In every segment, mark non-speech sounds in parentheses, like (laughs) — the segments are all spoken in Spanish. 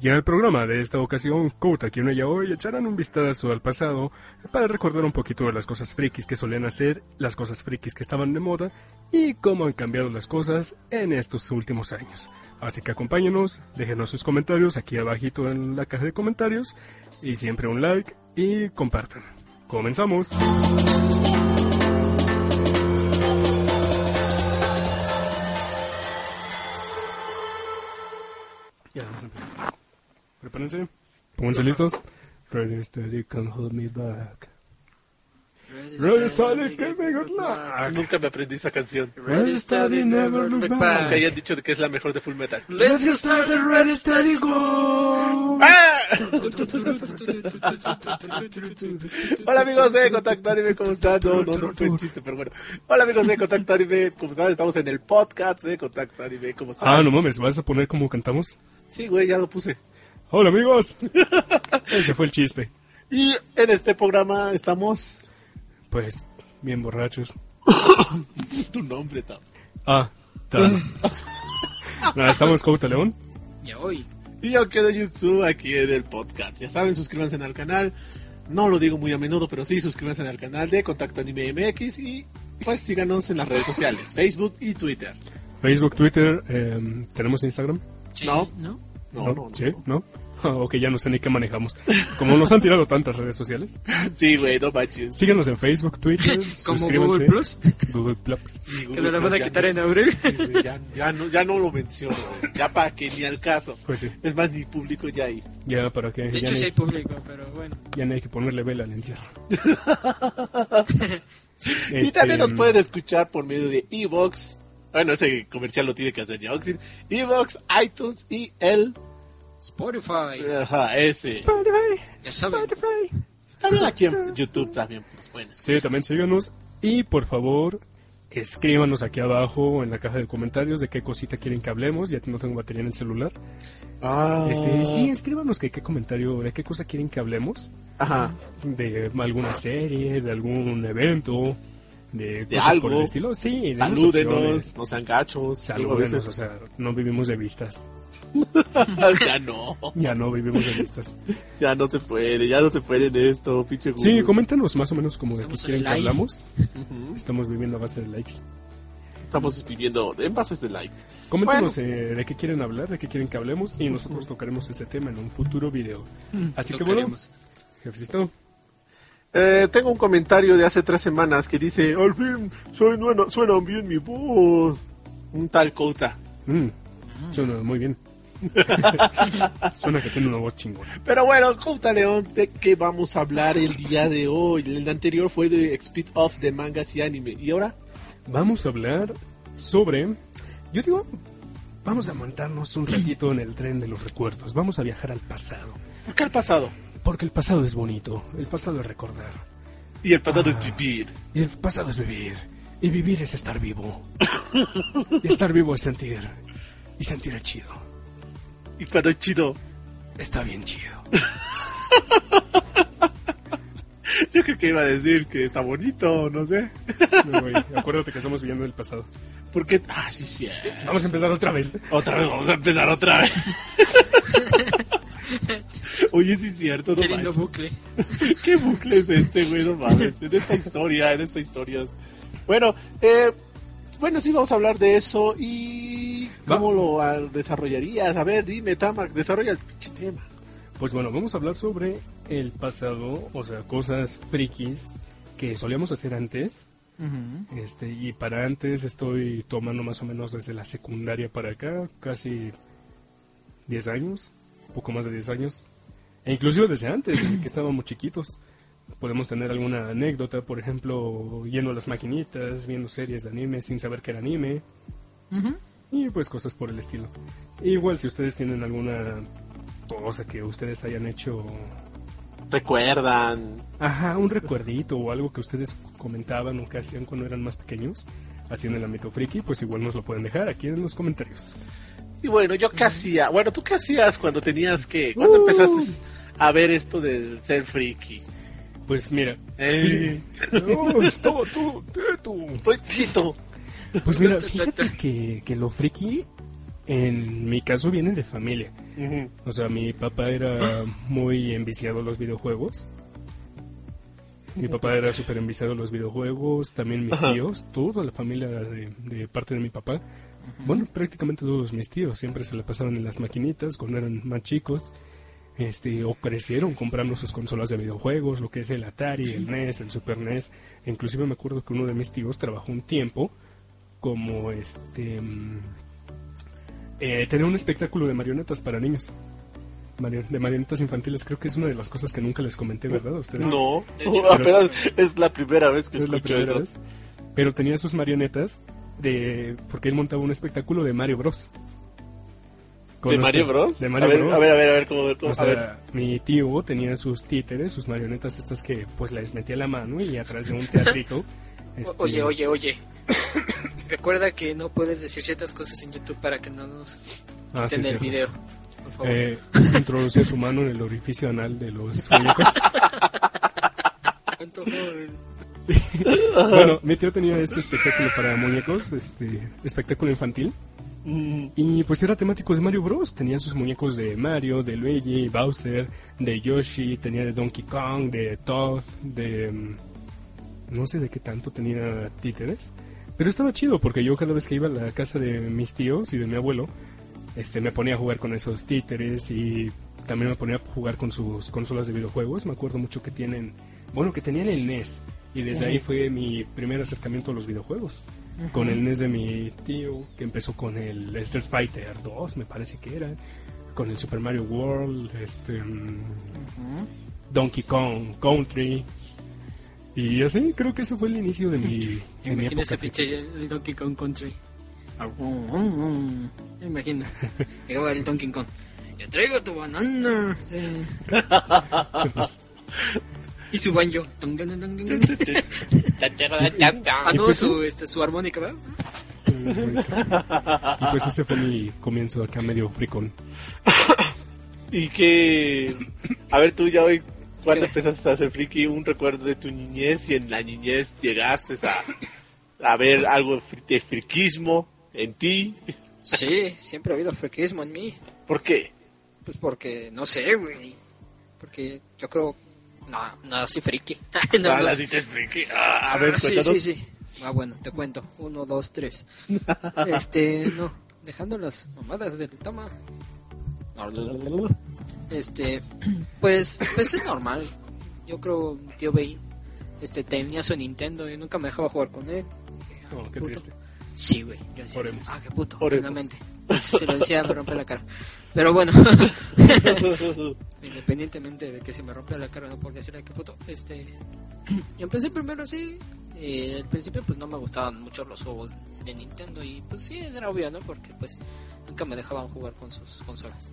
Y en el programa de esta ocasión, Kouta, Kino y hoy echarán un vistazo al pasado para recordar un poquito de las cosas frikis que solían hacer, las cosas frikis que estaban de moda y cómo han cambiado las cosas en estos últimos años. Así que acompáñenos, déjenos sus comentarios aquí abajito en la caja de comentarios y siempre un like y compartan. ¡Comenzamos! Ya vamos a empezar. Prepárense. Pónganse listos. Ready, steady, come hold me back. Ready, steady, come me good luck. Nunca me aprendí esa canción. Ready, steady, never look Aunque back. hayan dicho de que es la mejor de Full Metal. Let's get started, ready, steady, go. ¡Ah! (laughs) Hola amigos de Contacto Anime, ¿cómo están? No, no, no fue un chiste, pero bueno. Hola amigos de Contacto Anime, ¿cómo están? Estamos en el podcast de Contacto Anime, ¿cómo están? (laughs) Ah, no mames, ¿vas a poner como cantamos? Sí, güey, ya lo puse. (laughs) Hola amigos. (laughs) Ese fue el chiste. Y en este programa estamos... (laughs) Pues, bien borrachos. Tu nombre, Tam. Ah, (laughs) tal. Nada, estamos Couta León. Ya hoy. Y yo quedo Yuxu aquí en el podcast. Ya saben, suscríbanse al canal. No lo digo muy a menudo, pero sí, suscríbanse al canal de Contacto Anime MX y pues síganos en las redes sociales, Facebook y Twitter. Facebook, Twitter, em, tenemos Instagram. Sí, No. ¿no? No, no, no. ¿Sí? ¿No? Ah, ok, ya no sé ni qué manejamos. Como nos han tirado tantas redes sociales. Sí, güey, no manches. Síganos en Facebook, Twitter, (laughs) Como suscríbanse. Google Plus. Google Plus. Sí, Que nos la Google van a ya quitar no- en abril. sí, güey, ya, ya no, ya no lo menciono, güey. ya para que ni al caso. Pues sí, Es más, ni público ya ahí. ya para que De ya, hecho, no, sí hay público, pero bueno. ya no hay que ponerle vela al entierro. (laughs) y Este, también nos mm, pueden escuchar por medio de Evox. Bueno, ese comercial lo tiene que hacer ya Oxid. Evox, iTunes y el. Spotify. Ajá, ese. Este, Ya saben. También aquí en YouTube también. Pues bueno, Sí, también síganos. Y por favor, escríbanos aquí abajo en la caja de comentarios de qué cosita quieren que hablemos. Ya no tengo batería en el celular. Ah, Este, sí, escríbanos que qué comentario, de qué cosa quieren que hablemos. Ajá. de alguna serie, de algún evento, de, De cosas algo. por el estilo. Sí, denos opciones. Salúdenos, no sean gachos. Salúdenos, Digo, o (laughs) sea, no vivimos de vistas. a veces- Ah, ya no, Ya no vivimos de vistas. ya no se puede, ya no se puede en esto, pinche Sí, Google. coméntanos más o menos como de qué Estamos en quieren el que aire. hablamos. Ujú. Estamos viviendo a base de likes. Estamos escribiendo en bases de like. Coméntanos eh, de qué quieren hablar, de qué quieren que hablemos y nosotros tocaremos ese tema en un futuro video. Así que bueno, Mm, Tocaremos. jefecito, Eh, tengo un comentario de hace tres semanas que dice, al fin, soy nueva- suena bien mi voz. Un tal Couta. mm, suena muy (laughs) bien. suena que tiene una voz chingona. Pero bueno, Couta León, ¿de qué vamos a hablar el día de hoy? El anterior fue de speed-off de mangas y anime. ¿Y ahora? Vamos a hablar sobre... Yo digo, vamos a montarnos un ratito en el tren de los recuerdos. Vamos a viajar al pasado. ¿Por qué el pasado? Porque el pasado es bonito, el pasado es recordar. Y el Ah. pasado es vivir. Y el pasado es vivir. Y vivir es estar vivo. y estar vivo es sentir. Y sentir es chido. Y cuando es chido. Está bien chido. Yo creo que iba a decir que está bonito, no sé. No, güey, acuérdate que estamos viviendo el pasado. Porque... Ah, sí, sí. eh. Vamos a empezar otra vez. Otra vez, vamos a empezar (laughs) otra vez. Oye, sí es cierto, no Qué lindo manches. bucle. (laughs) ¿Qué bucle es este, güey? No mames. En esta historia, en esta historia. Bueno, eh, bueno, sí, vamos a hablar de eso y. ¿Cómo lo ah, desarrollarías? A ver, dime, Tamak, desarrolla el pinche tema. Pues bueno, vamos a hablar sobre el pasado, o sea, cosas frikis que solíamos hacer antes. Este, y para antes estoy tomando más o menos desde la secundaria para acá, casi 10 años, poco más de 10 años. E inclusive desde antes, desde que estábamos chiquitos. Podemos tener alguna anécdota, por ejemplo, yendo a las maquinitas, viendo series de anime sin saber que era anime. y pues cosas por el estilo. Igual si ustedes tienen alguna cosa que ustedes hayan hecho recuerdan. Ajá, un recuerdito o algo que ustedes comentaban o que hacían cuando eran más pequeños, así en el ámbito friki, pues igual nos lo pueden dejar aquí en los comentarios. Y bueno, yo qué hacía. Bueno, ¿tú qué hacías cuando tenías que. cuando uh. empezaste a ver esto del ser friki? Pues mira. Eh. No, esto, tú, tú. Estoy tito. Pues mira, fíjate que, que lo friki en mi caso viene de familia. Uh -huh. O sea, mi papá era muy enviciado a los videojuegos. Mi papá era súper enviciado a los videojuegos, también mis uh -huh. tíos, toda la familia de, de parte de mi papá. Uh -huh. Bueno, prácticamente todos mis tíos siempre se la pasaron en las maquinitas cuando eran más chicos. Este, o crecieron comprando sus consolas de videojuegos, lo que es el Atari, el NES, el Super NES. E inclusive me acuerdo que uno de mis tíos trabajó un tiempo como este eh, tener un espectáculo de marionetas para niños. Marion de marionetas infantiles, creo que es una de las cosas que nunca les comenté, ¿verdad? ¿A ustedes? No, hecho, (laughs) apenas es la primera vez que es escucho la eso. Vez. Pero tenía sus marionetas de porque él montaba un espectáculo de Mario Bros. Con ¿De Mario Bros? De Mario a Bros. Ver, a ver, a ver, cómo, cómo o sea, a ver. mi tío tenía sus títeres, sus marionetas estas que pues les metía la mano y atrás de un (laughs) teatrito. este... Oye, oye, oye. (coughs) recuerda que no puedes decir ciertas cosas en YouTube para que no nos quiten ah, sí, el cierto. video. Por favor. Eh, introduce su mano en el orificio anal de los muñecos. Ah, eh, bueno, mi tío tenía este espectáculo para muñecos, este espectáculo infantil. Y pues era temático de Mario Bros. Tenía sus muñecos de Mario, de Luigi, Bowser, de Yoshi, tenía de Donkey Kong, de Todd, de. mm, No sé de qué tanto tenía títeres. Pero estaba chido porque yo cada vez que iba a la casa de mis tíos y de mi abuelo, este, me ponía a jugar con esos títeres y también me ponía a jugar con sus consolas de videojuegos. Me acuerdo mucho que tienen, bueno, que tenían el NES y desde ahí fue mi primer acercamiento a los videojuegos. Uh -huh. Con el NES de mi tío, que empezó con el Street Fighter 2, me parece que era, con el Super Mario World, este, um, uh -huh. Donkey Kong Country, y así, creo que ese fue el inicio de mi, de Imagina mi época. ese pinche el Donkey Kong Country. Imagina. Llegaba el Donkey Kong. Yo traigo tu banana. Sí. y su banjo. ah, no, su, este, su armónica, ¿verdad? (laughs) y pues ese fue mi comienzo acá medio fricón. y que... A ver, tú ya hoy cuando empezaste a hacer friki, un recuerdo de tu niñez y en la niñez llegaste a, a ver algo de friquismo en ti. Sí, siempre ha habido friquismo en mí. ¿Por qué? Pues porque, no sé, güey. Porque yo creo. No, no, sí, friki. (laughs) no, ah, no, sí, te friki. Ah, a ver, ah, Sí, sí, sí. Ah, bueno, te cuento. Uno, dos, (laughs) tres. este, no. Dejando las mamadas del toma. Este, pues, pues es normal. Yo creo, tío Bay, este, tenía su Nintendo y nunca me dejaba jugar con él. Dije, ah, oh, qué, qué triste. Sí, güey. Yo decía, Oremos. ah, qué puto, realmente. Se lo decía, me rompe la cara. Pero bueno, (laughs) independientemente de que se me rompe la cara, no por decirle qué puto, este, (clears throat) yo empecé primero así. Eh, al principio, pues no me gustaban mucho los juegos de Nintendo y, pues sí, era obvio, ¿no? Porque, pues, nunca me dejaban jugar con sus consolas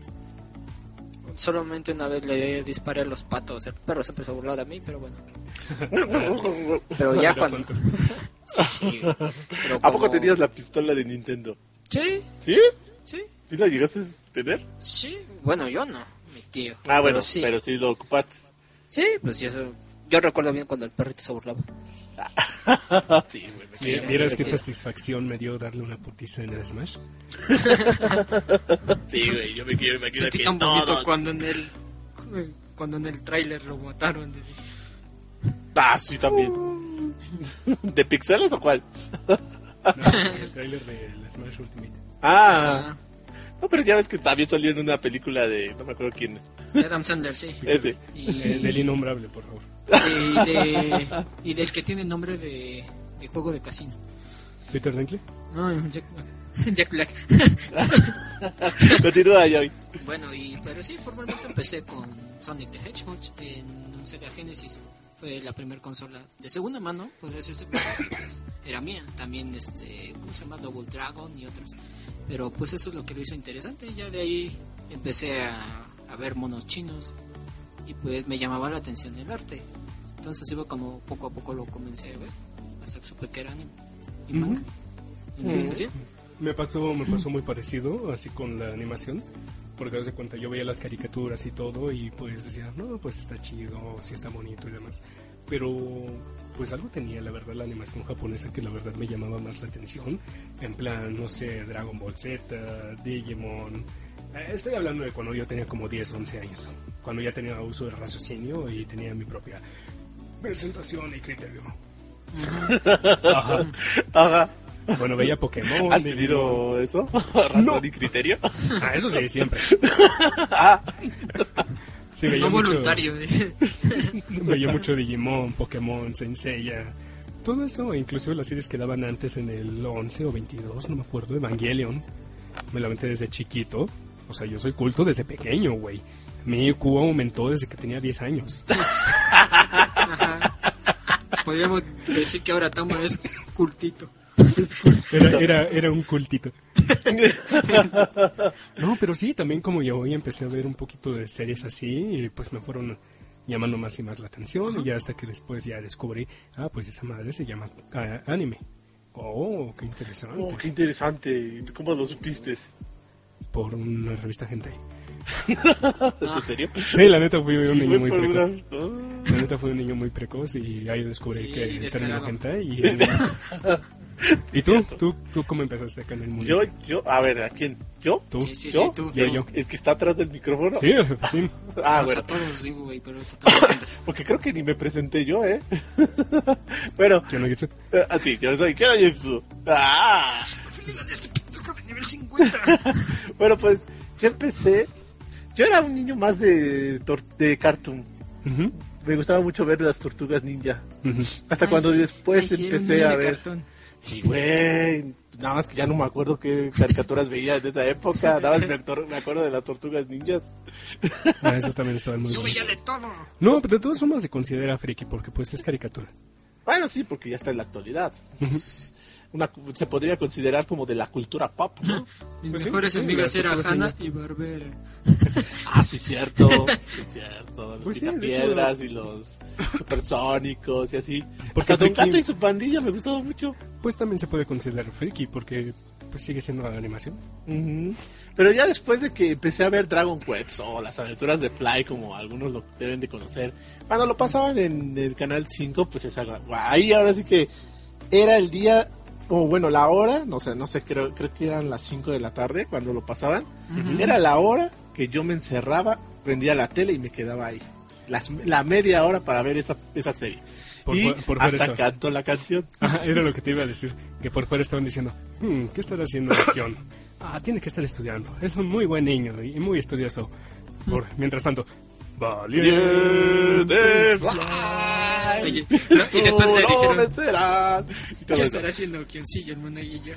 solamente una vez le disparé a los patos. El perro siempre se burló de mí, pero bueno. pero ya cuando. (laughs) sí. Pero como... (laughs) ¿A poco tenías la pistola de Nintendo? Sí. ¿Sí? Sí. ¿Sí la llegaste a tener? Sí. Bueno, yo no, mi tío. Ah, pero bueno, sí. pero sí lo ocupaste. (laughs) Sí, pues eso. Yo recuerdo bien cuando el perrito se burlaba. sí, güey. Sí, Mira, miras qué satisfacción me dio darle una putiza en el (laughs) Smash. sí, güey, yo me quiero imaginar Sentí que tan todo... bonito cuando en el cuando en el tráiler lo mataron. Dice. Ah, sí, (laughs) también. ¿De pixeles o cuál? no, el tráiler del Smash Ultimate. Ah. ah. No, pero ya ves que también salió en una película de... No me acuerdo quién. (laughs) De Adam Sandler, sí. Ese. Y... (laughs) Eh, del innombrable, por favor. Sí, de... y del que tiene nombre de de juego de casino. ¿Peter Dinklage? No, Jack, Jack Black. (laughs) Continúa, Javi. Bueno, y, pero sí, formalmente empecé con Sonic the Hedgehog en un Sega Genesis. Fue la primera consola de segunda mano, podría decirse, porque pues, era mía. También, este, ¿cómo se llama? Double Dragon y otros. Pero pues eso es lo que lo hizo interesante. Ya de ahí empecé a, a ver monos chinos y pues me llamaba la atención el arte. Entonces iba como poco a poco lo comencé a ver, hasta que supe que era anime y manga. Entonces, pues, sí. Me pasó, me pasó muy parecido, así con la animación. Porque haz de cuenta, yo veía las caricaturas y todo, y pues decía, no, pues está chido, sí está bonito y demás. Pero, pues algo tenía, la verdad, la animación japonesa que la verdad me llamaba más la atención. En plan, no sé, Dragon Ball Z, Digimon. Eh, Estoy hablando de cuando yo tenía como 10, 11 años. Cuando ya tenía uso de raciocinio y tenía mi propia presentación y (laughs) criterio. Ajá. Ajá. Bueno, veía Pokémon. ¿Has veía- tenido eso? (laughs) ¿Razón No. y criterio? Ah, eso sí, siempre. Ah, Sí, veía No mucho- voluntario, dice. Veía mucho Digimon, Pokémon, Senseiya. Todo eso, e inclusive las series que daban antes en el 11 o 22, no me acuerdo, Evangelion. Me la aventé desde chiquito. O sea, yo soy culto desde pequeño, güey. Mi IQ aumentó desde que tenía 10 años. Podríamos decir que ahora Tama es cultito. Era, era, era un cultito. No, pero sí, también como yo hoy empecé a ver un poquito de series así y pues me fueron llamando más y más la atención y ya hasta que después ya descubrí, ah, pues esa madre se llama ah, anime. Oh, qué interesante. oh, qué interesante. ¿Cómo lo supiste? Por una revista gente. Ah. Ah. ¿En serio? Sí, la neta fui un niño muy por precoz. una- La neta fui un niño muy precoz y ahí descubrí Sí, que el término descarado. gente y... ¿Y tú? ¿Tú? ¿Tú cómo empezaste acá en el mundo? Oh. Yo, yo, a ver, ¿a quién? ¿Yo? ¿Tú? Sí, sí, ¿Yo? sí, tú. Yo, tú. yo. ¿El que está atrás del micrófono? Sí, sí. Ah, o bueno. sea, todos digo, güey, pero tú te (laughs) cuentas. Porque creo que ni me presenté yo, ¿eh? (laughs) bueno, Yo no yo- eh, así, yo soy Kyojutsu. ¡Ah! Feliga de este pendejo de (laughs) nivel 50. Bueno, pues yo empecé. Yo era un niño más de, tor- de cartoon. Ujú, Me gustaba mucho ver las tortugas ninja. ujú. Hasta cuando después empecé a ver. Cartón. Sí, güey. Nada más que ya no me acuerdo qué caricaturas veía en esa época. Nada más me, actor- me acuerdo de las tortugas ninjas. Ah, esos también estaban muy Sube buenos. ya de todo. No, pero de todas formas se considera friki porque pues es caricatura. Bueno, sí, porque ya está en la actualidad. Una, cu- se podría considerar como de la cultura pop, ¿no? Mis Pues sí, mejores sí, amigas las eran otras Hanna y pues Barbera. Ah, (laughs) sí, cierto. sí, cierto. Los Pues sí, de hecho- picapiedras y los supersónicos y así. Porque Hasta Don Freaky- Gato y su pandilla me gustaba mucho. Pues también se puede considerar friki porque pues sigue siendo animación. Ujú. Pero ya después de que empecé a ver Dragon Quest o las aventuras de Fly, como algunos lo deben de conocer, cuando lo pasaban en el canal 5, pues esa, ahí ahora sí que era el día, o bueno, la hora, no sé, no sé, creo, creo que eran las 5 de la tarde cuando lo pasaban, era la hora que yo me encerraba, prendía la tele y me quedaba ahí. Las- la media hora para ver esa, esa serie. Por y fu- por fuera hasta estaba. canto la canción. Ajá, era lo que te iba a decir. Que por fuera estaban diciendo, "Hmm, ¿qué estará haciendo Kion? Ah, tiene que estar estudiando. Es un muy buen niño y muy estudioso. Por, mientras tanto, valiente. Oye, Oye, no, y después le dijeron, ¿qué dijeron. estará haciendo Kioncillo, el monaguillo?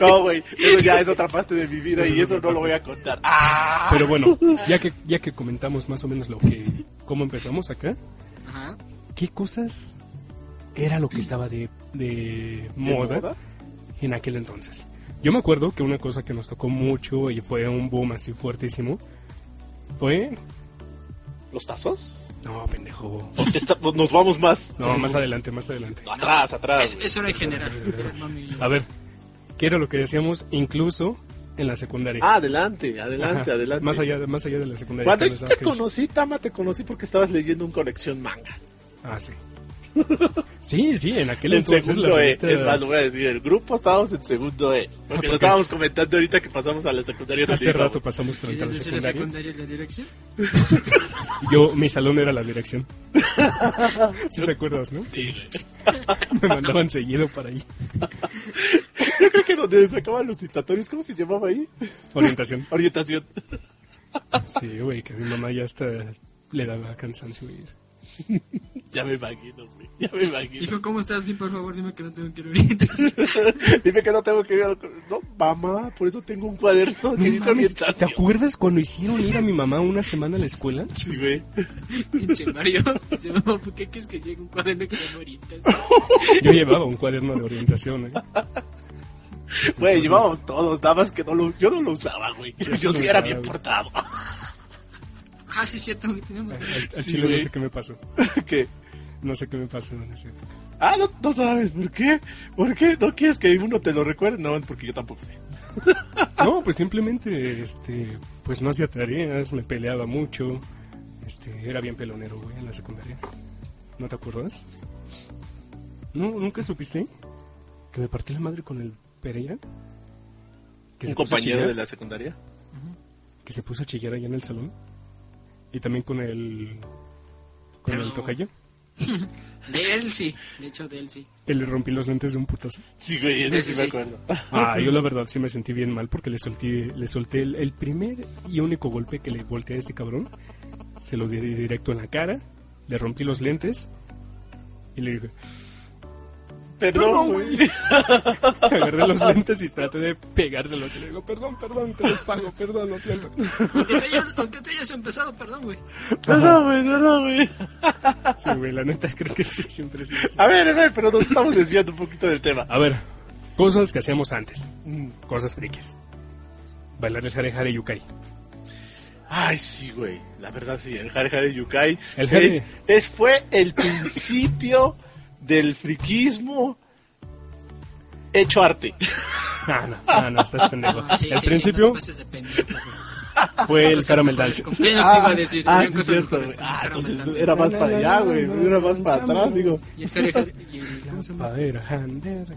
No, güey, eso ya es otra parte de mi vida y eso no lo voy a contar. ¡Ah! Pero bueno, ya que, ya que comentamos más o menos lo que, cómo empezamos acá, Ajá. ¿qué cosas era lo que estaba de, de Mm. ¿De moda, en aquel entonces? Yo me acuerdo que una cosa que nos tocó mucho y fue un boom así fuertísimo fue... ¿Los tazos? No, pendejo. ¿O te está- nos vamos más? No, más adelante, más adelante. No, atrás, atrás. Es, güey. eso era (laughs) en general. Mami. A ver, ¿qué era lo que decíamos incluso en la secundaria? Ah, adelante, adelante, Ajá, adelante. Más allá, de- más allá de la secundaria. Cuando cuando yo te estaba aquello. conocí, Tama, te conocí porque estabas leyendo un colección manga. Ah, sí. (laughs) Sí, sí, en aquel En entonces segundo las E, es revistas... más, lo voy a decir, el grupo estábamos en segundo E. Porque lo Ah, porque- estábamos comentando ahorita que pasamos a la secundaria. donde Hace íbamos. rato pasamos frente a ¿Quieres la decir la secundaria. secundaria y la dirección? Yo, mi salón era la (laughs) dirección. Si te acuerdas, ¿no? Sí, güey. (laughs) Me mandaban seguido para ahí. Yo creo que donde sacaban los citatorios, ¿cómo se llamaba ahí? Orientación. Orientación. (laughs) Sí, güey, que mi mamá ya hasta le daba cansancio ir. Ya me imagino, güey. Ya me imagino. (laughs) Hijo, ¿cómo estás? Di, por favor, dime que no tengo que ir ahorita. (laughs) Dime que no tengo que ir a... No, mamá, por eso tengo un cuaderno que dice ¿Te orientación. acuerdas cuando hicieron ir a mi mamá una semana a la escuela? Sí, güey. Pinche Mario. Dice, mamá, ¿por qué crees que llega un cuaderno que no ahorita? (laughs) Yo llevaba un cuaderno de orientación, ¿eh? Güey, llevábamos todos, nada más que no lo, yo no lo usaba, güey. Yo, sí lo sí era usaba, bien güey. portado. (laughs) Ah, sí, es cierto, güey, tenemos. Al- Al Sí, chile no güey. sé qué me pasó. que, No sé qué me pasó en esa época. ah, no, no sabes, ¿por qué? ¿Por qué? ¿No quieres que uno te lo recuerde? No, porque yo tampoco sé. No, pues simplemente, este, pues no hacía tareas, me peleaba mucho. Este, era bien pelonero, güey, en la secundaria. ¿No te acuerdas? No, nunca supiste que me partí la madre con el Pereira. Que ¿Un se puso a compañero chillar? de la secundaria? que se puso a chillar allá en el salón. Y también con el. con Pero- el tocayo. De él sí, de hecho, de él sí. Que le rompí los lentes de un putazo. Sí, güey, eso Sí, sí, sí, me sí. acuerdo. Ah, (laughs) yo la verdad sí me sentí bien mal porque le solté, le solté el, el primer y único golpe que le volteé a este cabrón. Se lo di directo en la cara, le rompí los lentes y le dije, (laughs) Perdón, güey. agarré los lentes y traté de pegárselo. Y le digo, perdón, perdón, te los pago, perdón, lo (laughs) siento. Aunque te hayas, aunque te hayas empezado, perdón, güey. Perdón, güey, perdón, güey. Sí, güey, la neta creo que sí, siempre es así. A ver, a ver, pero nos estamos desviando un poquito del tema. A ver, cosas que hacíamos antes, Mm. cosas frikis. Bailar el jare jare yukai. Ay, sí, güey. La verdad, sí. El Hare Hare Yukai El es, Hare. es- fue el principio del friquismo hecho arte. Ah, (laughs) no, ah, no, estás pendejo. Ah, sí, Al sí, principio Sí, no ah, te pases de pendejo, güey. fue el Cosas caramel mejores, dance. pues Como yo no te iba a decir, ah, había sí, cosas cierto, mejores güey. como Ah, el caramel entonces dance. era más para allá, güey. Era más para atrás, digo. Y el jare, jare, y el- ¿cómo se llama? Madera, Hander.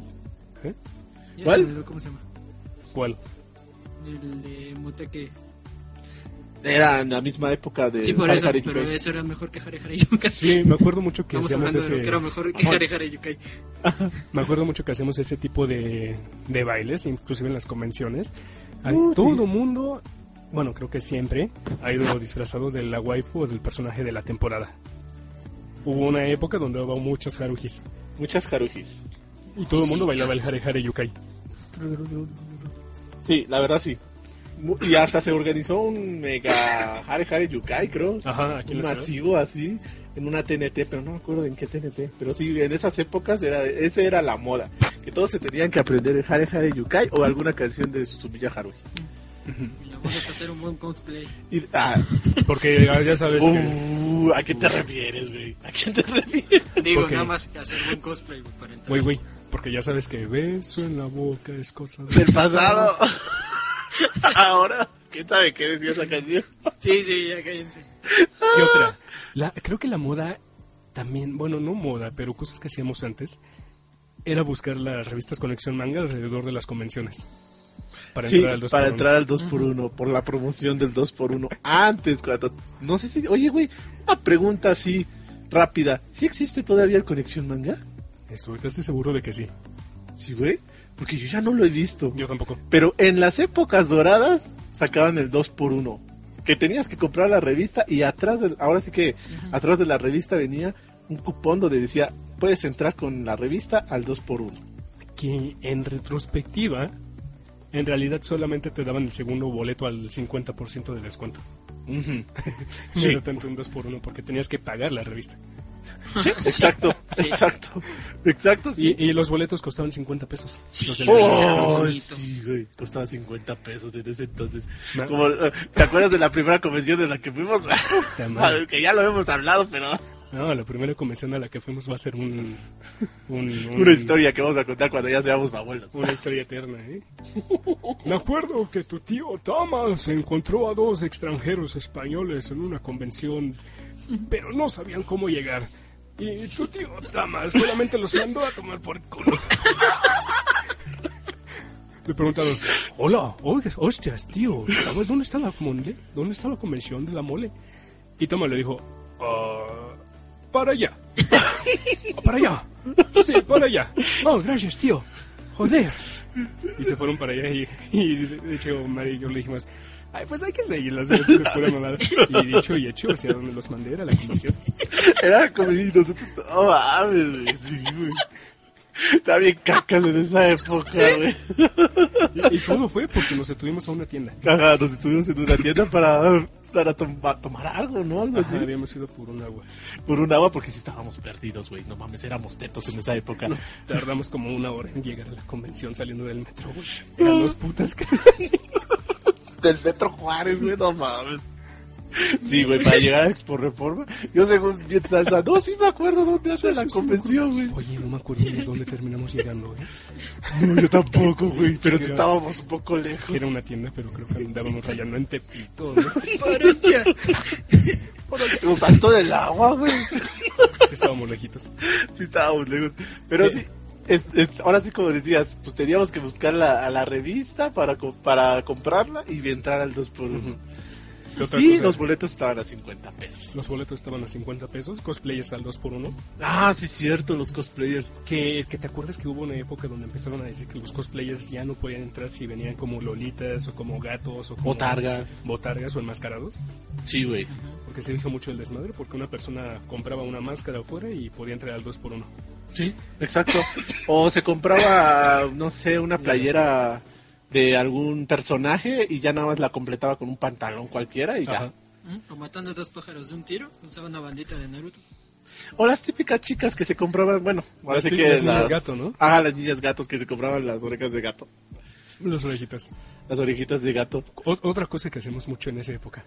¿Eh? Ya se ¿Cuál? me olvidó ¿Cómo se llama? ¿Cuál? El de Moteque. Era en la misma época de Sí, por Hare eso, Hare pero Yukai. eso era mejor que Hare Hare Yukai. Sí, me acuerdo mucho que hacíamos Estamos hablando de lo que ese, era mejor que Hare Hare Yukai. me acuerdo mucho que hacíamos ese tipo de, de bailes, inclusive en las convenciones. Hay Uh, sí. todo mundo, bueno, creo que siempre ha ido disfrazado de la waifu o del personaje de la temporada. Hubo una época donde hubo muchas harujis Muchas harujis. y todo el Sí, mundo bailaba el claro. hare hare yukai. Sí, la verdad, sí. Mu- Y hasta se organizó un mega Hare Hare Yukai, creo. Ajá, aquí en Un la ciudad. masivo así en una TNT, pero no me acuerdo en qué TNT. Pero sí, en esas épocas era esa era la moda, que todos se tenían que aprender el Hare Hare Yukai o alguna canción de Suzumiya Haruhi. Y lo vamos a hacer un buen cosplay. Y, ah, Porque ya ya sabes que uh, ¿A qué te refieres, güey? ¿A quién (laughs) te refieres? Digo, Ok. nada más que hacer buen cosplay, güey, para entrar. güey, güey, porque ya sabes que beso en la boca es cosa de- Del pasado. (laughs) Ahora, ¿quién sabe qué decía esa canción? Sí, sí, ya cállense. ¿Qué otra? La- creo que la moda también, bueno, no moda, pero cosas que hacíamos antes, era buscar las revistas Conexión Manga alrededor de las convenciones. Para sí, entrar al 2 para entrar al 2x1, por la promoción del 2x1. Antes, cuando. No sé si. Oye, güey, una pregunta así rápida. ¿Sí existe todavía el Conexión Manga? Estoy casi seguro de que sí. Sí, güey. Porque yo ya no lo he visto. Yo tampoco. Pero en las épocas doradas sacaban el 2x1. Que tenías que comprar la revista y atrás, del, ahora sí que atrás de la revista venía un cupón donde decía, puedes entrar con la revista al 2x1. Que en retrospectiva, en realidad solamente te daban el segundo boleto al 50% de descuento. No Sí. era tanto un 2 por 1 porque tenías que pagar la revista. Sí, exacto, Sí. exacto, exacto. sí. Y, y los boletos costaban 50 pesos. Sí. Los del Oh. Televisa. era un Oh, solito. sí, güey. Costaba 50 pesos en ese entonces. Ma- Como, eh, ¿Te acuerdas de la primera convención de la que fuimos? (laughs) Ta madre. que ya lo hemos hablado, pero No, la primera convención a la que fuimos va a ser un... un- un- una historia que vamos a contar cuando ya seamos abuelos. Mm. Una historia eterna, ¿eh? Me acuerdo que tu tío Thomas encontró a dos extranjeros españoles en una convención, pero no sabían cómo llegar. Y tu tío Thomas solamente los mandó a tomar por culo. Le preguntaron, hola, oigas, hostias, tío, ¿sabes dónde está la mole? ¿Dónde está la convención de la mole? Y Thomas le dijo, "Ah, para allá. Para allá. Sí, para allá. No, gracias, tío. Joder. Y se fueron para allá y, y de hecho, Mari y yo le dijimos, ay, pues hay que seguirlas. es (laughs) una pura mamada". Y dicho y hecho, hacia donde los mandé era la convención. Era como y nosotros, no mames, güey, sí, güey. Está bien cacas en esa época, güey. Y, y todo fue porque nos detuvimos a una tienda. Ajá, nos estuvimos en una tienda para para tom- a tomar algo, ¿no? Algo Ajá, así. habíamos ido por un agua. Por un agua, porque sí estábamos perdidos, güey. No mames, éramos tetos en esa época. Nos tardamos como una hora en llegar a la convención saliendo del metro, güey. Eran dos putas que... Del Metro Juárez, güey, no mames. Sí, güey, para llegar a Expo Reforma. Yo según bien salsa, no, sí me acuerdo dónde hace la convención, güey. Oye, no me acuerdo de dónde terminamos llegando, ¿eh? güey. No, yo tampoco, güey. Pero Sí, era- estábamos un poco Es que lejos. Era una tienda, pero creo que andábamos rayando en Tepito, ¿no? (laughs) Nos saltó del agua, güey. Sí, estábamos lejitos. (laughs) Sí, estábamos lejos. Pero Eh. sí, es- es- ahora sí, como decías, pues teníamos que buscar la, a la revista para, co- para comprarla y entrar al 2x1. Y otra Y cosa, los boletos estaban a 50 pesos. los boletos estaban a 50 pesos, cosplayers al 2x1. Ah, sí, cierto, los cosplayers. Que, que te acuerdas que hubo una época donde empezaron a decir que los cosplayers ya no podían entrar si venían como lolitas o como gatos o como Botargas. botargas o enmascarados. Sí, güey. Porque se hizo mucho el desmadre, porque una persona compraba una máscara afuera y podía entrar al 2x1. Sí, exacto. O se compraba, no sé, una playera de algún personaje y ya nada más la completaba con un pantalón cualquiera y ya. Ajá. ¿Mm? O matando dos pájaros de un tiro, usaba una bandita de Naruto. O las típicas chicas que se compraban, bueno, ahora Las sí que típicas las niñas gato, ¿no? Ah, las niñas gatos que se compraban las orejas de gato, Los orejitas. las orejitas de gato. O- otra cosa que hacemos mucho en esa época.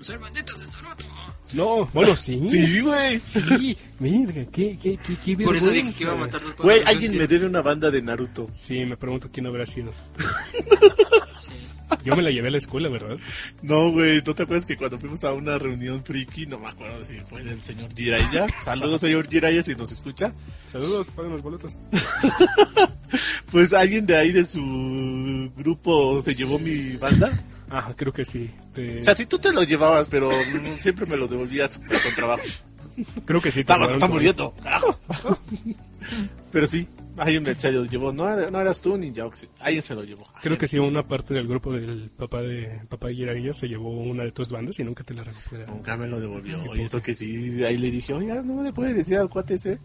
Usar banditas de Naruto. No, bueno, sí. (laughs) Sí, güey. Sí, mira, qué, qué, qué, qué Por eso vergüenza. dije que iba a matar dos pájaros. Güey, de un alguien tiro. me debe una banda de Naruto. Sí, me pregunto quién habrá sido. Sí. Yo me la llevé a la escuela, ¿verdad? No, güey, ¿no te acuerdas que cuando fuimos a una reunión friki, no me acuerdo si fue del señor Jiraiya? (laughs) Saludos, señor Jiraiya, si nos escucha. Saludos, paguen los boletos. Pues alguien de ahí de su grupo se llevó mi banda. Ah, creo que sí. Te- O sea, si tú te lo llevabas, pero mm, siempre me lo devolvías con trabajo. creo que sí. te Estamos, robaron está tu- muriendo, (laughs) carajo. Pero sí, alguien se lo llevó. No, era- no eras tú ni yo. sí, Alguien se lo llevó. Creo que sí, una parte del grupo del papá de papá de Jiraiya se llevó una de tus bandas y nunca te la recuperaron. Nunca me lo devolvió. Y eso que sí, ahí le dije, oiga, no me le puede decir al cuate ese.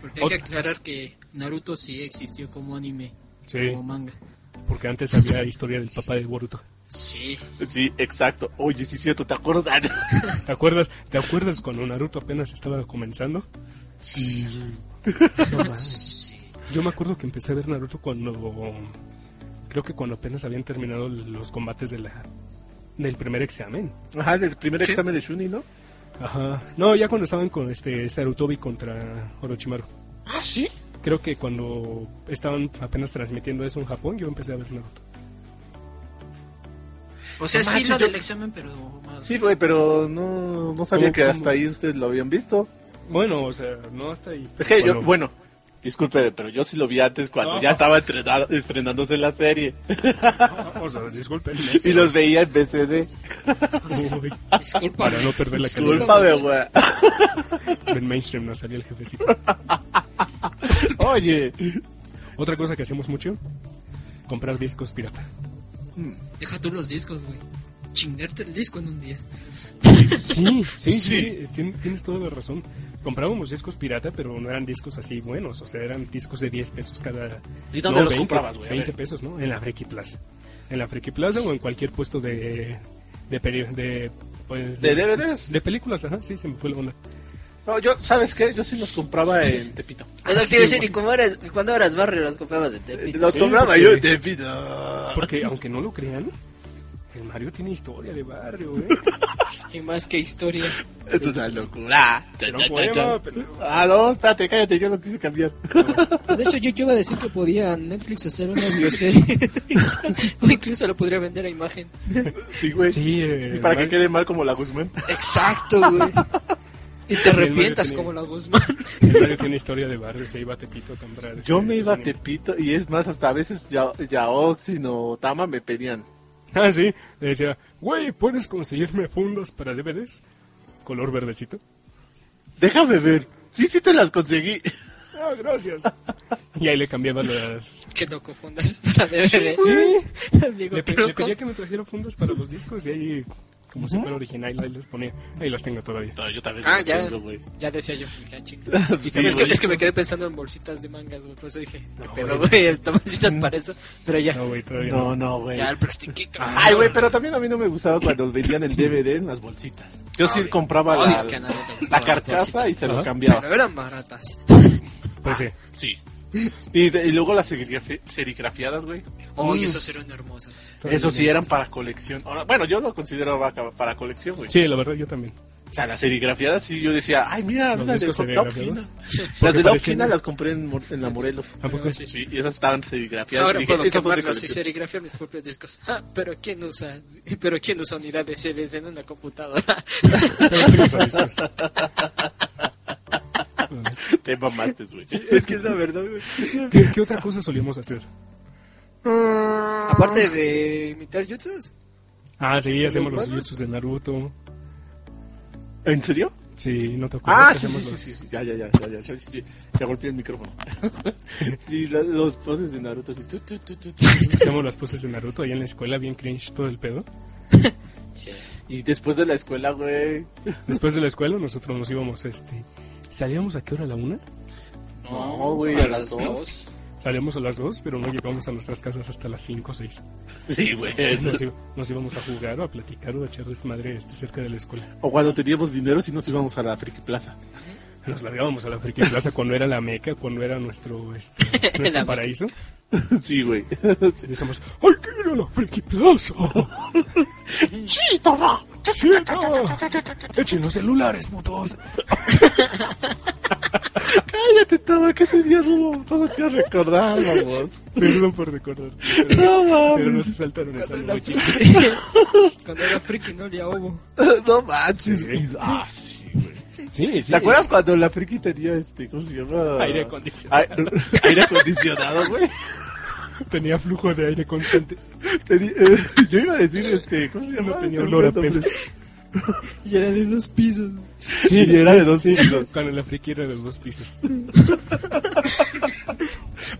Porque hay que aclarar que Naruto sí existió como anime, Sí, como manga. porque antes había historia del papá de Boruto. Sí. Sí, exacto. Oye, sí, cierto, ¿te acuerdas? (laughs) ¿Te acuerdas? ¿Te acuerdas cuando Naruto apenas estaba comenzando? sí. Sí. Yo me acuerdo que empecé a ver Naruto cuando creo que cuando apenas habían terminado los combates de la del primer examen. Ajá, del primer examen de Shuni, ¿no? Ajá. No, ya cuando estaban con este Sarutobi contra Orochimaru. Ah, sí. Creo que cuando estaban apenas transmitiendo eso en Japón, yo empecé a ver Naruto. O sea, No sí manches, lo yo- del examen, pero más... Sí, güey, pero no, no sabía ¿Cómo, que cómo? hasta ahí ustedes lo habían visto. Bueno, o sea, no hasta ahí. Es que yo, Cuando- bueno, disculpe, pero yo sí lo vi antes cuando No. ya estaba entrenado- estrenándose la serie. (laughs) O sea, disculpen. (laughs) Y los veía en BCD. Uy, Disculpa. Para no perder la Disculpa. carrera. Discúlpame, güey. (laughs) En mainstream no salía el jefecito. Oye, Otra cosa que hacemos mucho, comprar discos pirata. Deja tú los discos, güey. Chingarte el disco en un día. Sí, sí, sí, sí, tien- tienes toda la razón. Comprábamos discos pirata, pero no eran discos así buenos, o sea, eran discos de 10 pesos cada... ¿Y dónde los comprabas, güey? A 20 ver. pesos, ¿no? En la Friki Plaza. En la Friki Plaza o en cualquier puesto de... de, peri- de, pues, ¿de DVDs? de películas, ajá, sí, se me fue la onda. No, yo, ¿sabes qué? Yo sí los compraba en Tepito. Es lo que te iba a decir, ¿y cómo eras, cuándo eras barrio las copiabas de Eh, Tepi? Los Sí, compraba porque- yo en Tepito. Porque, aunque no lo crean, el Mario tiene historia de barrio, (laughs) ¿eh? Y más que historia. Es una locura. Era Cha, un cha, poema, cha. pero... Ah, no, espérate, cállate, yo lo quise cambiar. (laughs) De hecho, yo, yo iba a decir que podía Netflix hacer una bioserie. (laughs) o incluso lo podría vender a imagen. Sí, güey. Sí, eh, Y para que Mario- quede mal como la Guzmán. Exacto, güey. Y te arrepientas como la Guzmán. (laughs) El Mario tiene historia de barrio, se iba a Tepito a comprar. este, Yo me esos iba a animes. Tepito y es más, hasta a veces ya, Yaoxin o Tama me pedían. Ah, sí. Le decía, güey, ¿puedes conseguirme fundas para DVDs? Color verdecito. Déjame ver. Sí, sí te las conseguí. Ah, (laughs) gracias. Y ahí le cambiaba las... Que no confundas. La DVD. Sí. Digo, Le, pe- pero le pedía que me trajera fundas para los discos y ahí como si fuera original, ahí las ponía. Ahí las tengo todavía. No, yo también Ah, lo ya. tengo, güey. Ya decía yo, dije, ah, chinga. Sí, es, que, güey. es que me quedé pensando en bolsitas de mangas, güey. Por eso dije, qué No, pedo, güey. güey. Esta bolsitas para eso. Pero ya, No, güey, todavía no. No, Ah, no, güey. ya el plastiquito. Ay, güey, pero también a mí no me gustaba cuando vendían el DVD en las bolsitas. Yo sí Obvio. compraba Obvio la, que a nadie le la gustaban las carcasa y bolsitas. se lo Ajá. cambiaba. Pero eran baratas. Mm. Pues sí. Sí. Y, de- y luego las serigrafi- serigrafiadas, güey. Oye, esos eran hermosos. Eso sí eran para colección. Ahora, bueno, yo lo consideraba ca- para colección, güey. Sí, la verdad, yo también. O sea, las serigrafiadas sí yo decía, ay, mira, Los las de discos Hot Top serigrafiados. (laughs) Kina. Las Porque de la parecían- Kina las compré en, Mor- en la Morelos. ¿A poco? Sí. Sí, y esas estaban serigrafiadas. Ahora y dije, puedo esas son de quemarlos y colección". serigrafiar mis propios discos. Ah, pero ¿quién usa, pero quién usa unidades CDs en una computadora? (laughs) Te mamaste, güey. es que (laughs) es la verdad, güey. ¿Qué, qué otra cosa solíamos hacer? Aparte de imitar jutsus. Ah, sí, hacemos los manos? jutsus de Naruto. ¿En serio? Sí, no te acuerdas. Ah, Pues que sí, sí, hacemos sí, los- sí, sí. Ya, ya, ya, ya, ya, ya, ya, ya golpeé el micrófono. (laughs) sí, la- los poses de Naruto así. tu, tu, tu, tu, tu. Hacemos las poses de Naruto ahí en la escuela, bien cringe todo el pedo. Sí. Y después de la escuela, güey. Después de la escuela, nosotros nos íbamos, este. ¿Salíamos a qué hora? ¿A la una? No, güey, a las dos. Salíamos a las dos, pero no llegamos a nuestras casas hasta las cinco o seis. Sí, güey. (laughs) Nos, iba- nos íbamos a jugar o a platicar o a echar desmadre este, cerca de la escuela. O cuando teníamos dinero, si nos íbamos a la Friki Plaza. (laughs) Nos largábamos a la friki plaza cuando era la meca, cuando era nuestro, este, nuestro meca. paraíso. sí, güey. (laughs) Y decíamos, ¡ay, que ir a la friki plaza! ¡Chita! ¡Echen los celulares, putos! Cállate, todo, que ese día no lo todo quiero recordar, vamos. Perdón por recordar. Pero, No pero no mames. se saltaron esa Cuando era noche. friki, cuando era friki no le ahogo. (laughs) No manches. Sí. Ah, sí, güey. Sí, sí. ¿Te acuerdas cuando la Friki tenía este, ¿cómo se llama? Aire acondicionado. Ai- (laughs) Aire acondicionado, güey. Tenía flujo de aire constante. Tenía- eh, yo iba a decir, este, ¿cómo se llama? No tenía Este, olor a no, pedo. Y era de dos pisos. Sí, Y era de dos pisos. Cuando la friki era de dos pisos.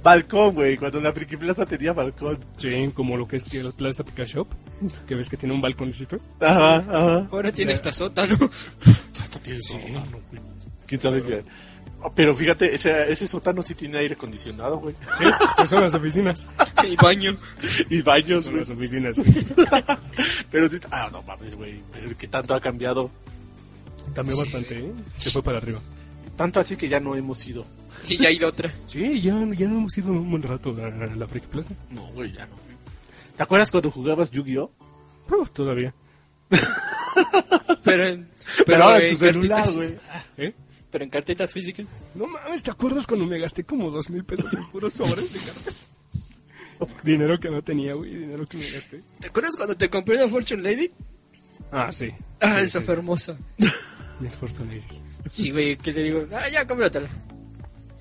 Balcón, güey. Cuando la Friki Plaza tenía balcón. Sí, como lo que es Piedra Plaza Pica Shop, que ves que tiene un balconcito. Ajá, ajá. Ahora tiene esta sótano. ¿Quién sabe si- Ah, Pero fíjate, ese, ese sótano sí tiene aire acondicionado, güey. (laughs) Sí, que son las oficinas. (laughs) Y baño. Y baños, Son güey. las oficinas. Pero sí. Ah, no mames, güey. Pero qué tanto ha cambiado. Cambió bastante, ¿eh? Se fue para arriba. Tanto así que ya no hemos ido. Y ya hay otra. Sí, ya, ya no hemos ido un buen rato a a la Friki Plaza. No, güey, ya no. ¿Te acuerdas cuando jugabas (laughs) Yu-Gi-Oh? Pero todavía. Pero en, Pero, ahora en en tu celular, cartitas- güey. ¿Eh? Pero en cartetas físicas. No mames, ¿te acuerdas cuando me gasté como dos mil pesos en puros sobres de cartas? Dinero que no tenía, güey, dinero que me gasté. ¿Te acuerdas cuando te compré una Fortune Lady? Ah, sí. Ah, sí, esa sí. fue hermosa. Mis fortuneros. Sí, güey, que le digo, ah, ya, cómpratela.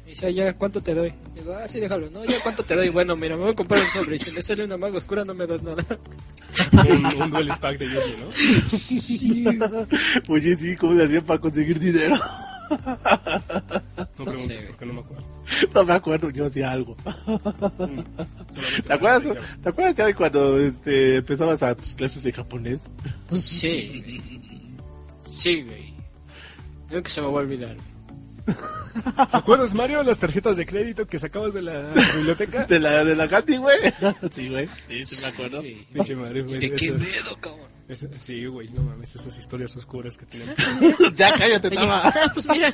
Me dice, "Ah, ya, ¿cuánto te doy? Digo, ah, sí, déjalo. No, ya, ¿cuánto te doy? Bueno, mira, me voy a comprar un sobre. Y si le sale una maga oscura, no me das nada. Un, un duel pack de Yogi, ¿no? Sí. (laughs) Oye, sí, ¿cómo le hacían para conseguir dinero? (laughs) No sé, preguntes güey. porque no me acuerdo. No me acuerdo, yo hacía algo. Solamente ¿Te acuerdas, me acuerdo. ¿te acuerdas de hoy cuando este, empezabas a tus clases de japonés? Sí, güey. Sí, güey. Nunca se me va a olvidar. ¿Te acuerdas, Mario, las tarjetas de crédito que sacabas de la biblioteca? (laughs) ¿De la, de la Gandhi, güey? (laughs) Sí, güey. Sí, sí, me acuerdo. (laughs) Sí. Pinche madre, güey. ¿De qué esas- miedo, cabrón? esas- sí, güey, no mames, esas historias oscuras que tenemos. Ya cállate, Oye, Tama. ah, (laughs) pues mira,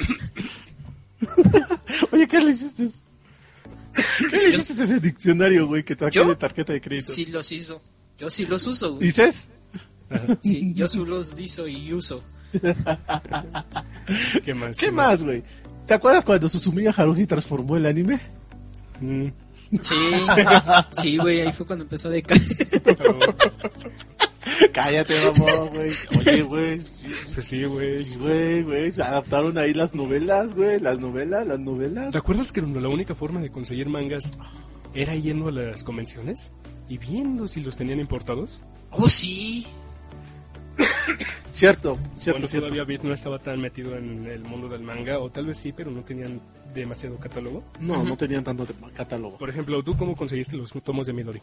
Oye, ¿qué le hiciste? ¿Qué le hiciste a ese diccionario, güey, que traje ¿Yo? de tarjeta de crédito? sí los hizo. Yo sí los uso, güey. ¿Dices? Sí, yo sí los dizo y uso. ¿Qué más? ¿Qué más, güey? ¿Te acuerdas cuando Susumiya Haruhi transformó el anime? Mm, Sí, sí, güey, ahí fue cuando empezó a decaer. pero, (laughs) Cállate, mamá, güey. Oye, güey. Sí, pues sí, güey. sí, güey, güey. Se adaptaron ahí las novelas, güey. Las novelas, las novelas. ¿Te acuerdas que la única forma de conseguir mangas era yendo a las convenciones y viendo si los tenían importados? (laughs) Oh, sí. Cierto, Cuando cierto, cierto. todavía Bit no estaba tan metido en el mundo del manga, o tal vez sí, pero no tenían demasiado catálogo. No, no tenían tanto de- catálogo. Por ejemplo, ¿tú cómo conseguiste los tomos de Midori?